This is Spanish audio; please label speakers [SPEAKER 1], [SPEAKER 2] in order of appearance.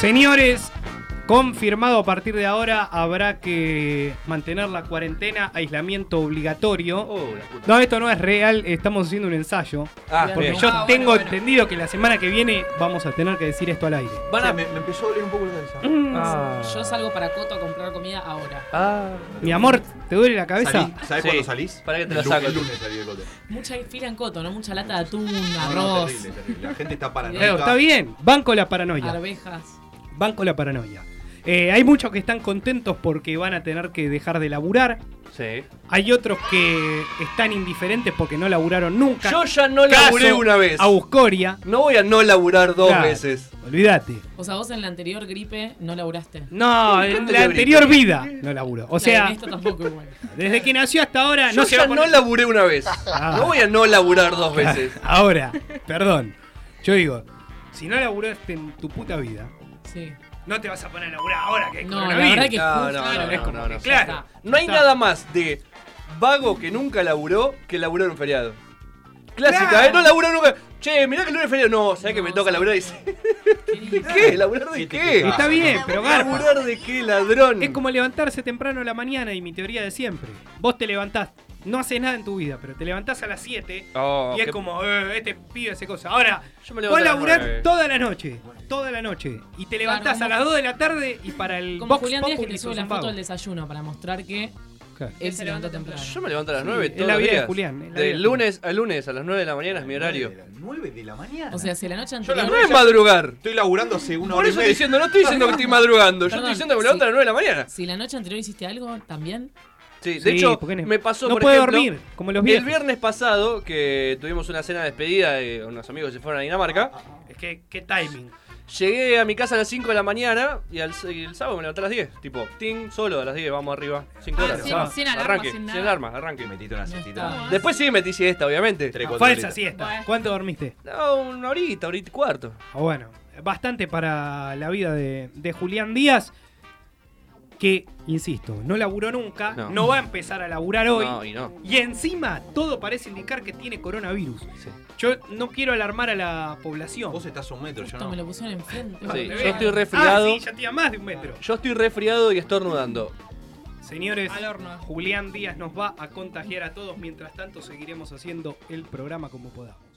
[SPEAKER 1] Señores, confirmado a partir de ahora habrá que mantener la cuarentena, aislamiento obligatorio.
[SPEAKER 2] Oh, la puta.
[SPEAKER 1] No, esto no es real, estamos haciendo un ensayo.
[SPEAKER 2] Ah,
[SPEAKER 1] Porque
[SPEAKER 2] bien.
[SPEAKER 1] yo
[SPEAKER 3] Ah, bueno,
[SPEAKER 1] tengo
[SPEAKER 3] bueno.
[SPEAKER 1] entendido que la semana que viene vamos a tener que decir esto al aire.
[SPEAKER 2] Van a- me, me empezó a doler un poco la cabeza.
[SPEAKER 3] Ah. Yo salgo para Coto a comprar comida ahora.
[SPEAKER 2] Ah.
[SPEAKER 1] Mi amor, ¿te duele la cabeza?
[SPEAKER 4] ¿Sabes
[SPEAKER 2] Sí.
[SPEAKER 4] cuándo salís?
[SPEAKER 2] Pará que te
[SPEAKER 4] El
[SPEAKER 2] la
[SPEAKER 4] lu-
[SPEAKER 2] saco.
[SPEAKER 4] El lunes salí del bote.
[SPEAKER 3] Mucha fila en Coto, ¿no? Mucha lata de atún,
[SPEAKER 4] No, no,
[SPEAKER 3] arroz,
[SPEAKER 4] terrible, terrible. La gente está paranoica.
[SPEAKER 1] Claro, está bien. Banco la paranoia.
[SPEAKER 3] arvejas.
[SPEAKER 1] Banco la paranoia. Eh, hay muchos que están contentos porque van a tener que dejar de laburar.
[SPEAKER 2] Sí.
[SPEAKER 1] Hay otros que están indiferentes porque no laburaron nunca.
[SPEAKER 2] Yo ya no
[SPEAKER 1] Caso
[SPEAKER 2] laburé una vez.
[SPEAKER 1] A Buscoria.
[SPEAKER 2] No voy a no laburar dos
[SPEAKER 1] Claro,
[SPEAKER 2] veces.
[SPEAKER 1] Olvídate.
[SPEAKER 3] O sea, vos en la anterior gripe no laburaste.
[SPEAKER 1] No, en la
[SPEAKER 2] te
[SPEAKER 1] anterior vida no laburó. O
[SPEAKER 3] En
[SPEAKER 1] sea,
[SPEAKER 3] esta tampoco igual.
[SPEAKER 1] desde que nació hasta ahora
[SPEAKER 2] Yo
[SPEAKER 1] Ah, no se va
[SPEAKER 2] ya
[SPEAKER 1] a poner- Ah.
[SPEAKER 2] no laburé una vez. No voy a no laburar dos veces.
[SPEAKER 1] Ahora, perdón. Yo digo, si no laburaste en tu puta vida,
[SPEAKER 3] Sí.
[SPEAKER 1] no te vas a poner a laburar ahora que hay
[SPEAKER 3] No, la
[SPEAKER 1] coronavirus.
[SPEAKER 3] verdad que
[SPEAKER 2] No,
[SPEAKER 3] justo,
[SPEAKER 2] no,
[SPEAKER 3] claro,
[SPEAKER 2] no,
[SPEAKER 3] es
[SPEAKER 2] no,
[SPEAKER 3] como
[SPEAKER 2] no,
[SPEAKER 3] que
[SPEAKER 2] no.
[SPEAKER 3] ya
[SPEAKER 1] Claro.
[SPEAKER 3] está.
[SPEAKER 2] No hay
[SPEAKER 1] Está.
[SPEAKER 2] nada más de vago que nunca laburó que laburar un feriado. Clásica,
[SPEAKER 1] Claro.
[SPEAKER 2] ¿eh? No laburó nunca. Che, mirá que el lunes feriado. No, ¿sabés que me
[SPEAKER 3] No,
[SPEAKER 2] toca
[SPEAKER 3] sí.
[SPEAKER 2] laburar? Y dice,
[SPEAKER 3] Qué lindo.
[SPEAKER 2] ¿Qué? ¿Laburar de
[SPEAKER 4] ¿Qué te
[SPEAKER 2] qué?
[SPEAKER 4] quejas?
[SPEAKER 1] Está bien, pero garpa.
[SPEAKER 2] ¿Laburar de qué, ladrón?
[SPEAKER 1] Es como levantarse temprano a la mañana y mi teoría de siempre. Vos te levantás, no haces nada en tu vida, pero te levantás a las 7
[SPEAKER 2] Oh,
[SPEAKER 1] y es
[SPEAKER 2] qué-
[SPEAKER 1] como, eh, este pibe hace cosas. Ahora,
[SPEAKER 2] Yo me levanto
[SPEAKER 1] vos
[SPEAKER 2] a las
[SPEAKER 1] laburás
[SPEAKER 2] nueve.
[SPEAKER 1] toda la noche, toda la noche. Y te levantás
[SPEAKER 3] como-
[SPEAKER 1] a las 2 de la tarde y para el
[SPEAKER 3] Como
[SPEAKER 1] Vox
[SPEAKER 3] Julián Díaz que
[SPEAKER 1] Populi
[SPEAKER 3] te sube
[SPEAKER 1] sos
[SPEAKER 3] la
[SPEAKER 1] un
[SPEAKER 3] foto
[SPEAKER 1] vago.
[SPEAKER 3] del desayuno para mostrar que
[SPEAKER 1] Claro.
[SPEAKER 2] Eh,
[SPEAKER 3] él se levantó temprano.
[SPEAKER 2] Yo me levanto a las
[SPEAKER 1] Sí,
[SPEAKER 2] 9
[SPEAKER 1] es
[SPEAKER 2] todos
[SPEAKER 1] la
[SPEAKER 2] los
[SPEAKER 1] vida de
[SPEAKER 2] días.
[SPEAKER 1] Julián, es la vida de
[SPEAKER 2] De lunes a lunes, a las 9 de la mañana es mi horario.
[SPEAKER 4] 9 de la mañana.
[SPEAKER 3] O sea, si la noche
[SPEAKER 4] Yo
[SPEAKER 3] anterior.
[SPEAKER 4] la
[SPEAKER 2] No es madrugar.
[SPEAKER 4] estoy laburando hace una
[SPEAKER 2] Por
[SPEAKER 4] hora y
[SPEAKER 2] eso estoy
[SPEAKER 4] media.
[SPEAKER 2] diciendo, no estoy diciendo que estoy madrugando. Yo estoy
[SPEAKER 3] Perdón,
[SPEAKER 2] diciendo que me levanto a las 9 de la mañana.
[SPEAKER 3] Si la noche anterior hiciste algo, también.
[SPEAKER 2] Sí, de
[SPEAKER 1] Sí,
[SPEAKER 2] hecho,
[SPEAKER 1] porque no-
[SPEAKER 2] me pasó
[SPEAKER 1] No
[SPEAKER 2] por
[SPEAKER 1] puede
[SPEAKER 2] ejemplo,
[SPEAKER 1] dormir, como los viejos.
[SPEAKER 2] El viernes pasado, que tuvimos una cena de despedida, eh, unos amigos que se fueron a Dinamarca,
[SPEAKER 1] Es que, qué timing.
[SPEAKER 2] llegué a mi casa a las 5 de la mañana y, al, y el sábado me levanté a las 10. Tipo, ting, solo a las 10, vamos arriba. 5
[SPEAKER 3] Ah,
[SPEAKER 2] horas.
[SPEAKER 3] sin-
[SPEAKER 2] Ah,
[SPEAKER 3] sin alarma,
[SPEAKER 2] arranque,
[SPEAKER 3] sin nada.
[SPEAKER 2] alarma, arranque.
[SPEAKER 4] Metiste una
[SPEAKER 3] No
[SPEAKER 4] cintita.
[SPEAKER 3] está.
[SPEAKER 2] Después sí metí siesta, obviamente.
[SPEAKER 4] Tres, cuatro
[SPEAKER 1] Falsa
[SPEAKER 4] horitas.
[SPEAKER 1] siesta.
[SPEAKER 3] Bueno.
[SPEAKER 1] ¿Cuánto dormiste?
[SPEAKER 2] No, una horita, horita y cuarto.
[SPEAKER 1] Ah, Bueno, bastante para la vida de, de Julián Díaz, que, insisto, no laburó nunca, no,
[SPEAKER 2] No.
[SPEAKER 1] va a empezar a laburar hoy.
[SPEAKER 2] No, y no.
[SPEAKER 1] Y encima, todo parece indicar que tiene coronavirus.
[SPEAKER 2] Sí.
[SPEAKER 1] Yo no quiero alarmar a la población.
[SPEAKER 4] Vos estás a un metro, yo
[SPEAKER 3] Esto
[SPEAKER 4] no.
[SPEAKER 3] me lo pusieron enfrente.
[SPEAKER 2] Sí,
[SPEAKER 3] boludo.
[SPEAKER 2] yo estoy
[SPEAKER 1] Ah,
[SPEAKER 2] resfriado.
[SPEAKER 1] sí, ya tenía más de un metro.
[SPEAKER 2] Yo estoy resfriado y estornudando.
[SPEAKER 1] Señores,
[SPEAKER 3] Al horno.
[SPEAKER 1] Julián Díaz nos va a contagiar a todos. Mientras tanto, seguiremos haciendo el programa como podamos.